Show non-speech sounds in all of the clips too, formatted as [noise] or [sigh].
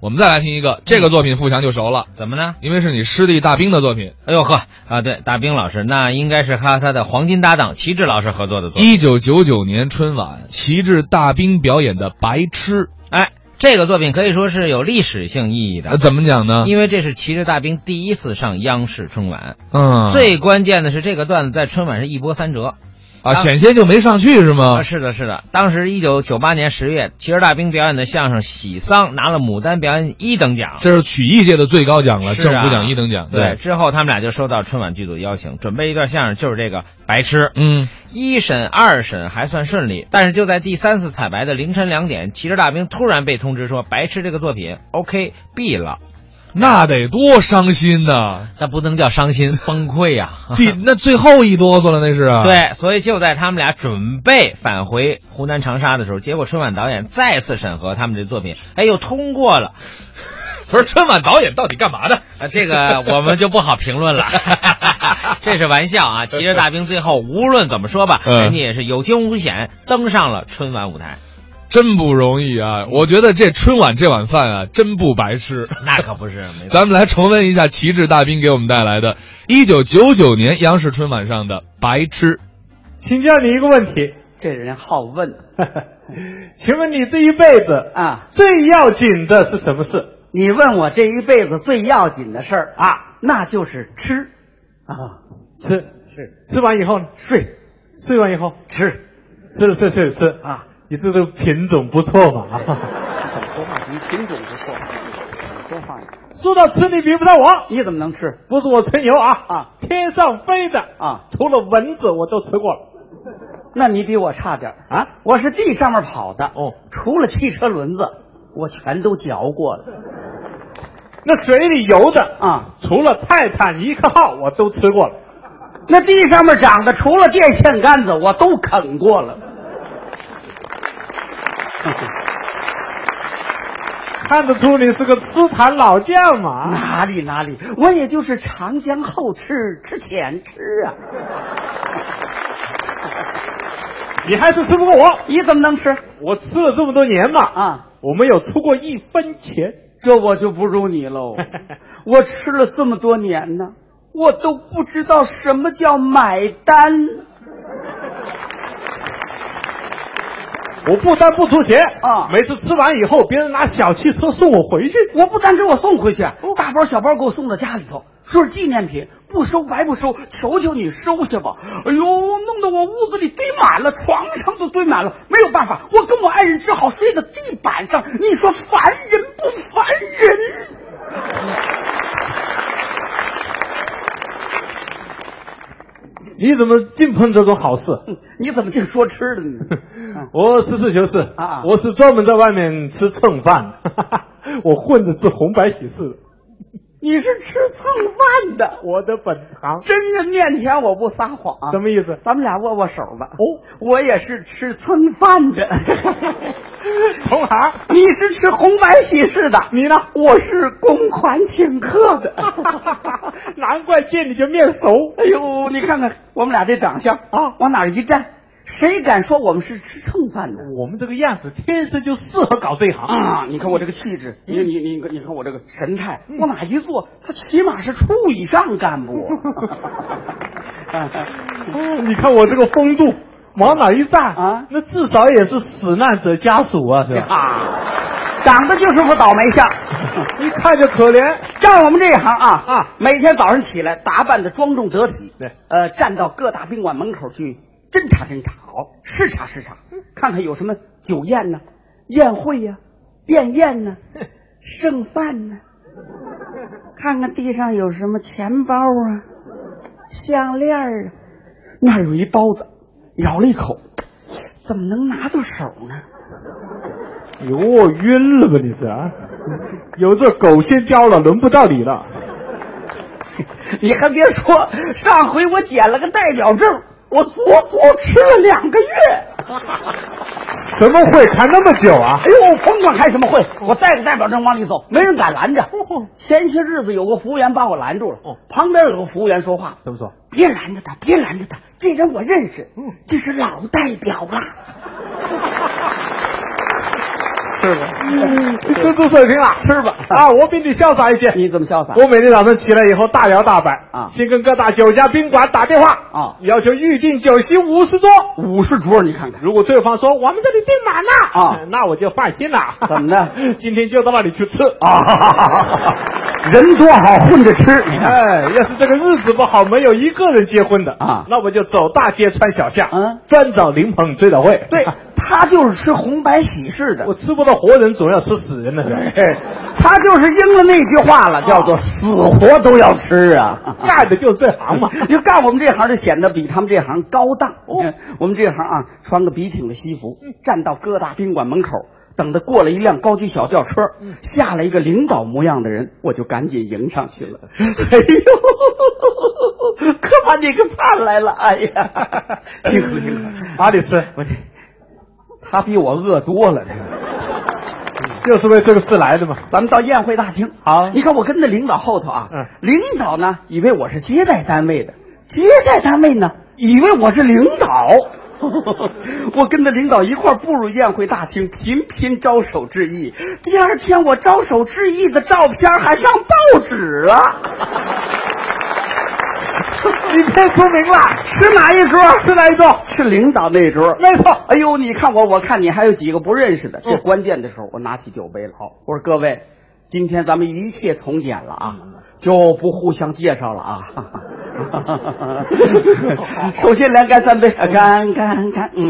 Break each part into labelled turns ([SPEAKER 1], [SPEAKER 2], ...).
[SPEAKER 1] 我们再来听一
[SPEAKER 2] 嗯
[SPEAKER 1] 个，这个作品富强就熟了，
[SPEAKER 2] 怎么呢？
[SPEAKER 1] 因为是你师弟大兵的作品，
[SPEAKER 2] 哎呦呵啊，对，大兵老师，那应该是和他的黄金搭档齐志老师合作的作品。
[SPEAKER 1] 一九九九年春晚，旗帜大兵表演的《白痴》
[SPEAKER 2] 哎，这个作品可以说是有历史性意义
[SPEAKER 1] 呃，
[SPEAKER 2] 的，
[SPEAKER 1] 怎么讲呢？
[SPEAKER 2] 因为这是旗帜大兵第一次上央视春晚。
[SPEAKER 1] 嗯，
[SPEAKER 2] 最关键的是，这个段子在春晚是一波三折。
[SPEAKER 1] 啊，
[SPEAKER 2] 啊
[SPEAKER 1] 险些就没上去是吗
[SPEAKER 2] 啊，？是的，是的。当时一九九八年十月，齐志大兵表演的相声《喜丧》拿了牡丹表演一等奖。
[SPEAKER 1] 这是曲艺界的最高奖了，
[SPEAKER 2] 是
[SPEAKER 1] 政
[SPEAKER 2] 啊
[SPEAKER 1] 府奖一等奖。
[SPEAKER 2] 对，，之后他们俩就收到春晚剧组的邀请，准备一段相声，就是这个白痴。
[SPEAKER 1] 嗯，
[SPEAKER 2] 一审、二审还算顺利，但是就在第三次彩排的凌晨两点，骑着大兵突然被通知说，《白痴》这个作品 OK 毙了，
[SPEAKER 1] 那得多伤心
[SPEAKER 2] [laughs]
[SPEAKER 1] 呐！
[SPEAKER 2] 那不能叫伤心崩溃啊呀、 [laughs]
[SPEAKER 1] 第那最后一哆嗦了，那是啊。，
[SPEAKER 2] 对，所以就在他们俩准备返回湖南长沙的时候，结果春晚导演再次审核他们这作品，哎，又通过了。
[SPEAKER 1] 不是春晚导演到底干嘛的？
[SPEAKER 2] 啊，这个 [laughs] 我们就不好评 [laughs] 论了，这是玩笑 [laughs] 啊。骑着大兵最后无论怎么说吧，
[SPEAKER 1] 嗯
[SPEAKER 2] 人家也是有惊无险登上了春晚舞台，
[SPEAKER 1] 真不容易啊！我觉得这春晚这碗饭啊，真不白吃。
[SPEAKER 2] 那可不是没错。
[SPEAKER 1] 咱们来重温一下旗帜大兵给我们带来的1999年央视春晚上的《白痴》。
[SPEAKER 3] 请教你一个问题， [laughs]
[SPEAKER 4] 这人好问
[SPEAKER 3] 请问你这一辈子
[SPEAKER 4] 啊！
[SPEAKER 3] 最要紧的是什么事
[SPEAKER 4] 你问我这一辈子最要紧的事儿啊，那就是吃、
[SPEAKER 3] 啊？吃是吃完以后呢？
[SPEAKER 4] 睡、
[SPEAKER 3] 睡完以后
[SPEAKER 4] 吃
[SPEAKER 3] 吃了睡睡了吃啊！
[SPEAKER 4] 啊。
[SPEAKER 3] 你这个品种不错嘛
[SPEAKER 4] [laughs]
[SPEAKER 3] 啊！
[SPEAKER 4] 这怎么说话？你品种不错，怎么说话呀？
[SPEAKER 3] 说到吃，你比不上我，
[SPEAKER 4] 你怎么能吃？
[SPEAKER 3] 不是我吹牛啊
[SPEAKER 4] 啊！
[SPEAKER 3] 天上飞的
[SPEAKER 4] 啊，
[SPEAKER 3] 除了蚊子我都吃过了
[SPEAKER 4] 那你比我差点儿
[SPEAKER 3] 啊！
[SPEAKER 4] 我是地上面跑的
[SPEAKER 3] 哦，
[SPEAKER 4] 除了汽车轮子，我全都嚼过了
[SPEAKER 3] 那水里游的，
[SPEAKER 4] 啊。
[SPEAKER 3] 除了泰坦尼克号我都吃过了。
[SPEAKER 4] 那地上面长的，除了电线杆子，我都啃过了。
[SPEAKER 3] 看得出你是个吃坛老将嘛？
[SPEAKER 4] 哪里哪里，我也就是长江后吃吃前吃啊！
[SPEAKER 3] 你还是吃不过我，
[SPEAKER 4] 你怎么能吃
[SPEAKER 3] 我吃了这么多年嘛
[SPEAKER 4] 啊？
[SPEAKER 3] 我没有出过一分钱。
[SPEAKER 4] 这我就不如你喽。我吃了这么多年呢，我都不知道什么叫买单
[SPEAKER 3] 我不但不出钱
[SPEAKER 4] 啊
[SPEAKER 3] 每次吃完以后，别人拿小汽车送我回去。
[SPEAKER 4] 我不但给我送回去，大包小包给我送到家里头，说是纪念品，不收白不收，求求你收下吧。哎呦，弄得我屋子里堆满了，床上都堆满了，没有办法，我跟我爱人只好睡在地板上。你说烦人不烦人？
[SPEAKER 3] 你怎么净碰这种好事？
[SPEAKER 4] 你怎么净说吃的呢？嗯
[SPEAKER 3] 我实事求是
[SPEAKER 4] 啊
[SPEAKER 3] 我是专门在外面吃蹭饭的， [laughs] 我混着吃红白喜事的，
[SPEAKER 4] 你是吃蹭饭的，
[SPEAKER 3] 我的本行。
[SPEAKER 4] 真人面前我不撒谎。啊
[SPEAKER 3] 什么意思？ [laughs]
[SPEAKER 4] 咱们俩握握手吧。
[SPEAKER 3] 哦，
[SPEAKER 4] 我也是吃蹭饭
[SPEAKER 3] [laughs]
[SPEAKER 4] 的，
[SPEAKER 3] 同行，
[SPEAKER 4] 你是吃红白喜事的，
[SPEAKER 3] 你呢？
[SPEAKER 4] 我是公款请客
[SPEAKER 3] [laughs]
[SPEAKER 4] 的。
[SPEAKER 3] 难怪见你就面熟。
[SPEAKER 4] 哎呦，你看看我们俩这长相
[SPEAKER 3] 啊
[SPEAKER 4] 往哪儿一站，谁敢说我们是吃蹭饭的？
[SPEAKER 3] 我们这个样子天生就适合搞这一行。
[SPEAKER 4] 啊！你看我这个气质，
[SPEAKER 3] 嗯
[SPEAKER 4] 你你你你看我这个神态，往哪一坐，他起码是处以上干部。 [laughs]
[SPEAKER 3] 哦 [laughs] 你看我这个风度，往哪一站
[SPEAKER 4] 啊
[SPEAKER 3] 那至少也是死难者家属啊，是吧？
[SPEAKER 4] 啊，长得就是副倒霉相。
[SPEAKER 3] [laughs] 一看就可怜。
[SPEAKER 4] 干我们这一行啊
[SPEAKER 3] 啊
[SPEAKER 4] 每天早上起来打扮的庄重得体，
[SPEAKER 3] 对
[SPEAKER 4] 呃，站到各大宾馆门口去侦查侦查，好视察视察，看看有什么酒宴呢、宴会呀、宴宴呢、剩饭呢、看看地上有什么钱包啊、项链儿啊，那儿有一包子，咬了一口，怎么能拿到手呢？
[SPEAKER 3] 哟，哎晕了吧你这？有这狗先叼了，轮不到你了。
[SPEAKER 4] [laughs] 你还别说，上回我捡了个代表证，我足足吃了两 [laughs] 个月。
[SPEAKER 3] 什么会开那么久啊？
[SPEAKER 4] 哎呦，甭管开什么会，我带着代表证往里走，没人敢拦着。前些日子有个服务员把我拦住了
[SPEAKER 3] 哦，
[SPEAKER 4] 旁边有个服务员说话
[SPEAKER 3] 怎么说？：“
[SPEAKER 4] 别拦着他，别拦着他，这人我嗯 [laughs] 认识，这是老代表了。”是吧？
[SPEAKER 3] 嗯这这水平了，
[SPEAKER 4] 吃吧
[SPEAKER 3] 啊！我比你潇洒一些，
[SPEAKER 4] 你怎么潇洒？
[SPEAKER 3] 我每天早晨起来以后大摇大摆
[SPEAKER 4] 啊
[SPEAKER 3] 先跟各大酒家宾馆打电话
[SPEAKER 4] 啊
[SPEAKER 3] 要求预定酒席五十桌。
[SPEAKER 4] 五十桌，你看看，
[SPEAKER 3] 如果对方说我们这里订满了哎
[SPEAKER 4] 啊
[SPEAKER 3] 那我就放心了。
[SPEAKER 4] 怎么
[SPEAKER 3] [laughs]
[SPEAKER 4] 的？
[SPEAKER 3] 今天就到那里去吃啊！
[SPEAKER 4] 啊，人多好混着吃，你
[SPEAKER 3] [laughs]
[SPEAKER 4] 看，
[SPEAKER 3] 哎，要是这个日子不好，没有一个人结婚的
[SPEAKER 4] 啊
[SPEAKER 3] 那我就走大街穿小巷，
[SPEAKER 4] 嗯
[SPEAKER 3] 专找林捧追悼 [laughs] 会。
[SPEAKER 4] 对他就是吃红白喜事的
[SPEAKER 3] 我，吃不到活人，总要吃死人的。
[SPEAKER 4] [laughs] 嘿 [laughs] 他就是应了那句话了，叫做死活都要吃
[SPEAKER 3] [laughs]
[SPEAKER 4] 啊。 [laughs]
[SPEAKER 3] 干的啊就是这行嘛。
[SPEAKER 4] 就干我们这行就显得比他们这行高档。
[SPEAKER 3] 哦
[SPEAKER 4] 我们这行啊，穿个笔挺的西服，
[SPEAKER 3] 嗯
[SPEAKER 4] 站到各大宾馆门口，等着过来一辆高级小轿车，
[SPEAKER 3] 嗯
[SPEAKER 4] 下来一个领导模样的人，我就赶紧迎上
[SPEAKER 3] [laughs]
[SPEAKER 4] 去了。哎呦， [laughs] 可把你给盼来了！哎
[SPEAKER 3] [laughs]
[SPEAKER 4] 呀，辛苦了辛苦了，
[SPEAKER 3] 哪里吃？
[SPEAKER 4] 我这他比我饿多了。这个
[SPEAKER 3] 就是为这个事来的嘛。
[SPEAKER 4] 咱们到宴会大厅。
[SPEAKER 3] 好
[SPEAKER 4] 你看我跟在领导后头啊，
[SPEAKER 3] 嗯
[SPEAKER 4] 领导呢以为我是接待单位的，接待单位呢以为我是领导。 [laughs] 我跟着领导一块儿步入宴会大厅，频频招手致意。第二天，我招手致意的照片还上报纸了。 [laughs] 你太聪明了，吃哪一桌？吃哪一桌？吃领导那桌。
[SPEAKER 3] 没错，
[SPEAKER 4] 哎呦，你看我，我看你，还有几个不认识的。这关键的时候，我拿起酒杯了。好，我说各位，今天咱们一切从简了啊，就不互相介绍了 [laughs] 啊。首先连干三杯，干 [laughs] 干干，嗯。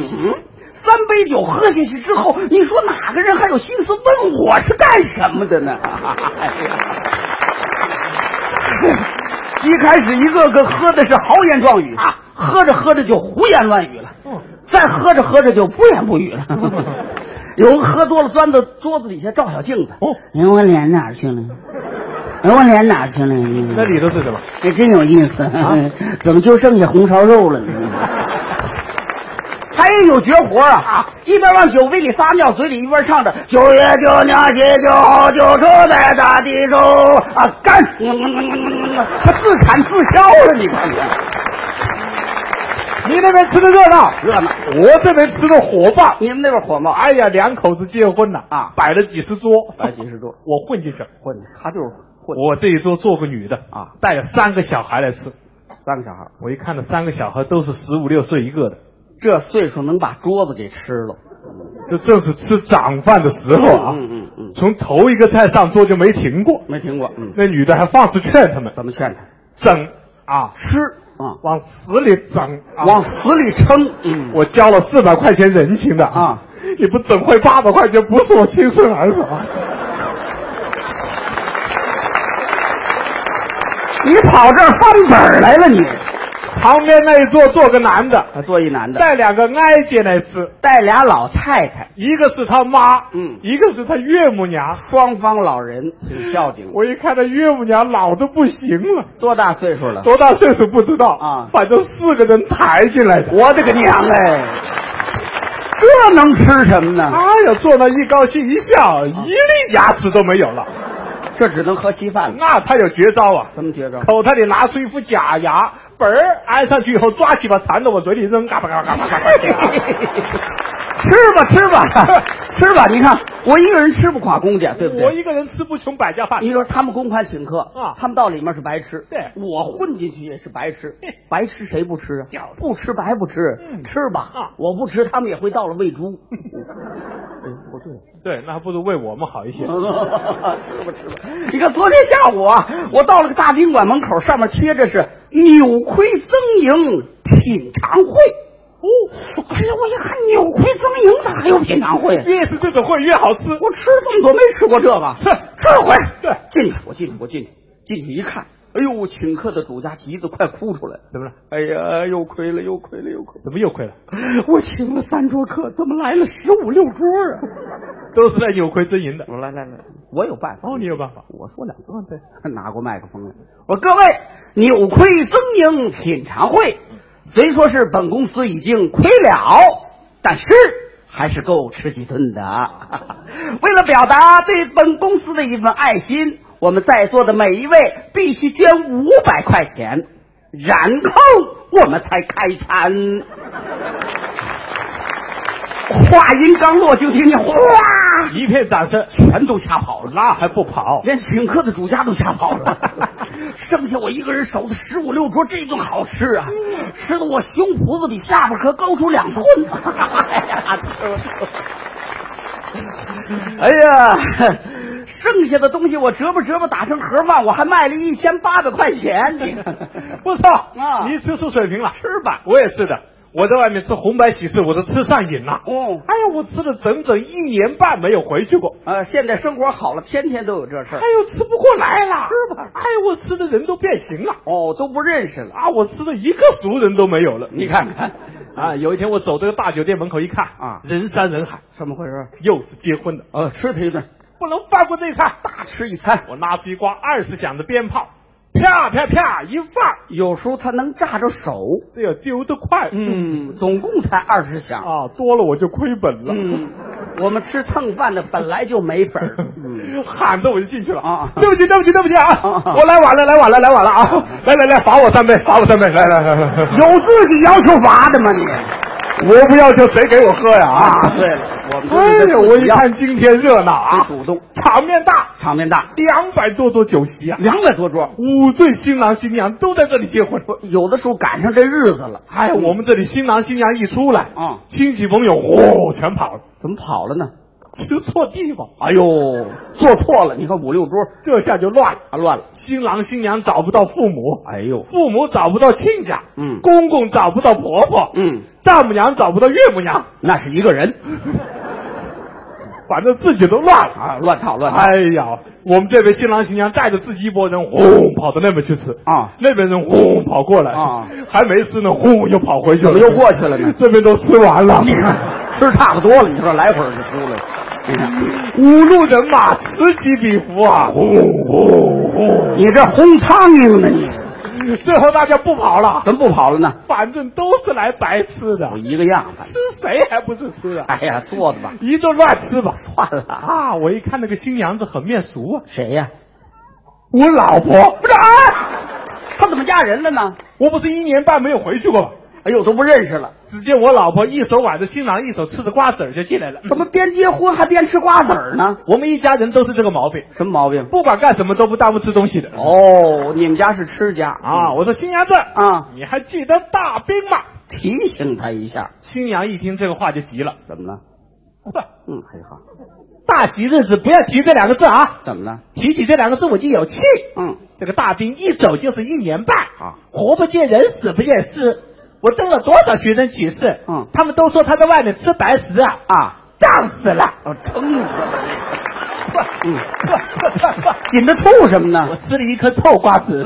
[SPEAKER 4] 三杯酒喝下去之后，你说哪个人还有心思问我是干什么的呢？ [laughs] 哎呀一开始一个个喝的是豪言壮语啊，喝着喝着就胡言乱语了，再喝着喝着就不言不语了。 [laughs] 有个喝多了钻到桌子底下照小镜子，哎，我脸哪儿去了？哎，我脸哪儿去了？
[SPEAKER 3] 那里头是什么？
[SPEAKER 4] 哎，真有意思， [laughs] 怎么就剩下红烧肉了呢？ [laughs] 还有绝活啊！一边往酒杯里撒尿，嘴里一边唱着“九月九娘写酒好酒车在大地手啊干”，嗯他自产自销了，你看看。
[SPEAKER 3] 你那边吃的热闹，
[SPEAKER 4] 热闹
[SPEAKER 3] 我这边吃的火爆。
[SPEAKER 4] 你们那边火吗？
[SPEAKER 3] 哎呀，两口子结婚了
[SPEAKER 4] 啊
[SPEAKER 3] 摆了几十桌，
[SPEAKER 4] 摆几十桌，
[SPEAKER 3] 我混进去了。
[SPEAKER 4] 混，他就是混
[SPEAKER 3] 我这一桌坐个女的
[SPEAKER 4] 啊，
[SPEAKER 3] 带了三个小孩来吃。
[SPEAKER 4] 三个小孩，
[SPEAKER 3] 我一看那三个小孩都是十五六岁一个的，
[SPEAKER 4] 这岁数能把桌子给吃了。
[SPEAKER 3] 这正是吃长饭的时候啊。
[SPEAKER 4] 嗯嗯嗯，
[SPEAKER 3] 从头一个菜上桌就没停过，
[SPEAKER 4] 没听过。嗯，
[SPEAKER 3] 那女的还放肆劝他们
[SPEAKER 4] 怎么劝他？
[SPEAKER 3] 整啊，
[SPEAKER 4] 吃啊，
[SPEAKER 3] 往死里整啊，
[SPEAKER 4] 往死里撑。嗯，
[SPEAKER 3] 我交了四百块钱人情的
[SPEAKER 4] 啊，
[SPEAKER 3] 你不整回八百块钱，不是我亲生儿子啊！
[SPEAKER 4] [laughs] 你跑这儿翻本儿来了你？
[SPEAKER 3] 旁边那一桌坐个男的，
[SPEAKER 4] 啊，做一男的，
[SPEAKER 3] 带两个挨姐来吃，
[SPEAKER 4] 带俩老太太，
[SPEAKER 3] 一个是他妈，
[SPEAKER 4] 嗯
[SPEAKER 3] 一个是他岳母娘。
[SPEAKER 4] 双方老人挺孝敬的。
[SPEAKER 3] 我一看他岳母娘老的不行了，
[SPEAKER 4] 多大岁数了？
[SPEAKER 3] 多大岁数不知道
[SPEAKER 4] 啊
[SPEAKER 3] 反正四个人抬进来的。
[SPEAKER 4] 我的个娘哎！这能吃什么呢？
[SPEAKER 3] 哎呀，坐那一高兴一笑，一粒牙齿都没有了。
[SPEAKER 4] 这只能喝稀饭了。
[SPEAKER 3] 那他有绝招啊！
[SPEAKER 4] 什么绝招？
[SPEAKER 3] 口袋里拿出一副假牙，本儿安上去以后，抓起把馋的往嘴里扔，嘎巴嘎巴嘎巴嘎巴。
[SPEAKER 4] 吃吧吃吧 [laughs] 吃吧，你看我一个人吃不垮公家， [laughs] 对不
[SPEAKER 3] 我
[SPEAKER 4] 对？
[SPEAKER 3] 一个人吃不穷百家饭。
[SPEAKER 4] 你说他们公款请客
[SPEAKER 3] 啊
[SPEAKER 4] 他们到里面是白吃，
[SPEAKER 3] 对
[SPEAKER 4] 我混进去也是白吃
[SPEAKER 3] 嘿，
[SPEAKER 4] 白吃谁不吃
[SPEAKER 3] 饺
[SPEAKER 4] 啊
[SPEAKER 3] 子？
[SPEAKER 4] 不吃白不吃，
[SPEAKER 3] 嗯
[SPEAKER 4] 吃吧、
[SPEAKER 3] 啊
[SPEAKER 4] 我不吃，他们也会到了喂 [laughs] 猪。
[SPEAKER 3] 对，那还不如为我们好一些。
[SPEAKER 4] 吃吧吃吧。 [laughs] 你看昨天下午啊，我到了个大宾馆门口，上面贴着是扭亏增盈品尝会。哦，哎呀，我一看扭亏增盈，它还有品尝会。
[SPEAKER 3] 越是这种会越好吃。
[SPEAKER 4] 我吃这么多没吃过这个，
[SPEAKER 3] 是
[SPEAKER 4] 吃一回。
[SPEAKER 3] 对
[SPEAKER 4] 进去，我进去，我进去，进去一看，哎呦，请客的主家急得快哭出来了。 [laughs]
[SPEAKER 3] 怎么了？
[SPEAKER 4] 哎呀，又亏了，又亏了，又亏了！
[SPEAKER 3] 怎么又亏了？
[SPEAKER 4] 我请了三桌客，怎么来了十五六桌啊？ [laughs]
[SPEAKER 3] 都是在扭亏增盈的。
[SPEAKER 4] 我来来来，我有办法。
[SPEAKER 3] 哦，你有办法。
[SPEAKER 4] 我说两个，对，拿过麦克风来，我说各位，扭亏增盈品尝会，虽说是本公司已经亏了，但是还是够吃几顿的。 [laughs] 为了表达对本公司的一份爱心，我们在座的每一位必须捐五百块钱，然后我们才开餐。话音刚落，就听见哗
[SPEAKER 3] 一片掌声，
[SPEAKER 4] 全都吓跑了，
[SPEAKER 3] 那还不跑？
[SPEAKER 4] 连请客的主家都吓跑了， [laughs] 剩下我一个人守着十五六桌，这顿好吃啊，吃的我胸脯子比下巴壳高出两寸。哎呀， [laughs] 哎呀，剩下的东西我折吧折吧打成盒饭，我还卖了一千八百块钱。你 [laughs] 看，
[SPEAKER 3] 不错
[SPEAKER 4] 啊
[SPEAKER 3] 你吃出水平了，吃吧。我也是的，我在外面吃红白喜事，我都吃上瘾了。
[SPEAKER 4] 哦，
[SPEAKER 3] 哎呀，我吃了整整一年半没有回去过。
[SPEAKER 4] 呃，现在生活好了，天天都有这事儿
[SPEAKER 3] 哎。呦，吃不过来了，吃吧。哎，我吃的人都变形了
[SPEAKER 4] 哦，都不认识了。
[SPEAKER 3] 啊，我吃的一个熟人都没有
[SPEAKER 4] 嗯
[SPEAKER 3] 了。你看看啊，有一天我走这个大酒店门口一看
[SPEAKER 4] 啊
[SPEAKER 3] 人山人海，
[SPEAKER 4] 怎么回事？
[SPEAKER 3] 又是结婚的，
[SPEAKER 4] 呃，吃他一顿，
[SPEAKER 3] 不能放过这一餐。
[SPEAKER 4] 大吃一餐。
[SPEAKER 3] 我拿出一挂二十响的鞭炮，啪啪啪一放，
[SPEAKER 4] 有时候他能炸着手，
[SPEAKER 3] 这要丢得快。
[SPEAKER 4] 嗯，总共才二十响，
[SPEAKER 3] 啊，多了我就亏本了。
[SPEAKER 4] 嗯，我们吃蹭饭的本来就没本 [laughs] 儿，嗯
[SPEAKER 3] 喊着我就进去了
[SPEAKER 4] 啊
[SPEAKER 3] 对不起，对不起，对不起啊！ [laughs]
[SPEAKER 4] 啊啊
[SPEAKER 3] 我来晚了，来晚了，来晚了啊！来来来，罚我三杯，罚我三杯，来来来来来，
[SPEAKER 4] 有自己要求罚的吗你？
[SPEAKER 3] 我不要求谁给我喝呀
[SPEAKER 4] 啊，
[SPEAKER 3] 啊！
[SPEAKER 4] 对了，我们
[SPEAKER 3] 哎
[SPEAKER 4] 这
[SPEAKER 3] 呀，
[SPEAKER 4] 是
[SPEAKER 3] 我
[SPEAKER 4] 自己
[SPEAKER 3] 一
[SPEAKER 4] 要
[SPEAKER 3] 看今天热闹啊
[SPEAKER 4] 得，主动，
[SPEAKER 3] 场面大，
[SPEAKER 4] 场面大，
[SPEAKER 3] 两百多桌酒席啊，
[SPEAKER 4] 两百多桌，
[SPEAKER 3] 五对新郎新娘都在这里结婚。
[SPEAKER 4] 有的时候赶上这日子了，
[SPEAKER 3] 哎呀，我们这里新郎新娘一出来，
[SPEAKER 4] 啊
[SPEAKER 3] 亲戚朋友嚯全跑了，
[SPEAKER 4] 哎怎么跑了呢？
[SPEAKER 3] 吃错地方，
[SPEAKER 4] 哎呦，做错了，你看五六桌
[SPEAKER 3] 这下就乱了。
[SPEAKER 4] 啊乱了，
[SPEAKER 3] 新郎新娘找不到父母，
[SPEAKER 4] 哎呦，
[SPEAKER 3] 父母找不到亲家，
[SPEAKER 4] 嗯
[SPEAKER 3] 公公找不到婆婆，
[SPEAKER 4] 嗯，
[SPEAKER 3] 丈母娘找不到岳母娘，
[SPEAKER 4] 那是一个人
[SPEAKER 3] 反正自己都乱了。
[SPEAKER 4] 啊，乱套乱套，
[SPEAKER 3] 哎呀，我们这边新郎新娘带着自己一拨人，轰跑到那边去吃
[SPEAKER 4] 啊
[SPEAKER 3] 那边人轰跑过来
[SPEAKER 4] 啊，
[SPEAKER 3] 还没吃呢，轰又跑回去
[SPEAKER 4] 怎
[SPEAKER 3] 了，
[SPEAKER 4] 么又过去了
[SPEAKER 3] [laughs]
[SPEAKER 4] 呢？
[SPEAKER 3] 这边都吃完
[SPEAKER 4] [laughs]
[SPEAKER 3] 了，
[SPEAKER 4] 你看吃差不多了，你说来回儿就出来了。你看，
[SPEAKER 3] 五路人马此起彼伏啊，轰轰轰！
[SPEAKER 4] 哦你这轰苍蝇呢你？
[SPEAKER 3] 最后大家不跑了，
[SPEAKER 4] 怎么不跑了呢？
[SPEAKER 3] 反正都是来白吃的
[SPEAKER 4] 我，一个样子。
[SPEAKER 3] 吃谁还不是吃啊？
[SPEAKER 4] 哎呀，坐着吧，
[SPEAKER 3] 一顿乱吃吧。
[SPEAKER 4] 算了。
[SPEAKER 3] 啊！我一看那个新娘子很面熟啊，
[SPEAKER 4] 谁呀、
[SPEAKER 3] 我老婆
[SPEAKER 4] 不，是啊，她怎么嫁人了呢？
[SPEAKER 3] 我不是一年半没有回去过吗？
[SPEAKER 4] 哎呦，都不认识了，
[SPEAKER 3] 只见我老婆一手挽着新郎，一手吃着瓜子儿就进来了。
[SPEAKER 4] 怎么边结婚还边吃瓜子儿呢？
[SPEAKER 3] 我们一家人都是这个毛病，
[SPEAKER 4] 什么毛病？
[SPEAKER 3] 不管干什么都不耽误吃东西的。
[SPEAKER 4] 哦，你们家是吃家
[SPEAKER 3] 啊！我说新娘子
[SPEAKER 4] 啊
[SPEAKER 3] 你还记得大兵吗？
[SPEAKER 4] 提醒他一下，
[SPEAKER 3] 新娘一听这个话就急了，
[SPEAKER 4] 怎么了？嗯，还好，
[SPEAKER 3] 大喜日子不要提这两个字啊！
[SPEAKER 4] 怎么了？
[SPEAKER 3] 提起这两个字我就有气。
[SPEAKER 4] 嗯，
[SPEAKER 3] 这个大兵一走就是一年半
[SPEAKER 4] 啊，
[SPEAKER 3] 活不见人，死不见尸。我登了多少学生启事？
[SPEAKER 4] 嗯
[SPEAKER 3] 他们都说他在外面吃白食啊，
[SPEAKER 4] 啊，
[SPEAKER 3] 胀死了。
[SPEAKER 4] 哦，撑死了。
[SPEAKER 3] [laughs]
[SPEAKER 4] [laughs] 嗯，紧着吐什么
[SPEAKER 3] [laughs]
[SPEAKER 4] 呢？
[SPEAKER 3] 我吃了一颗臭瓜子。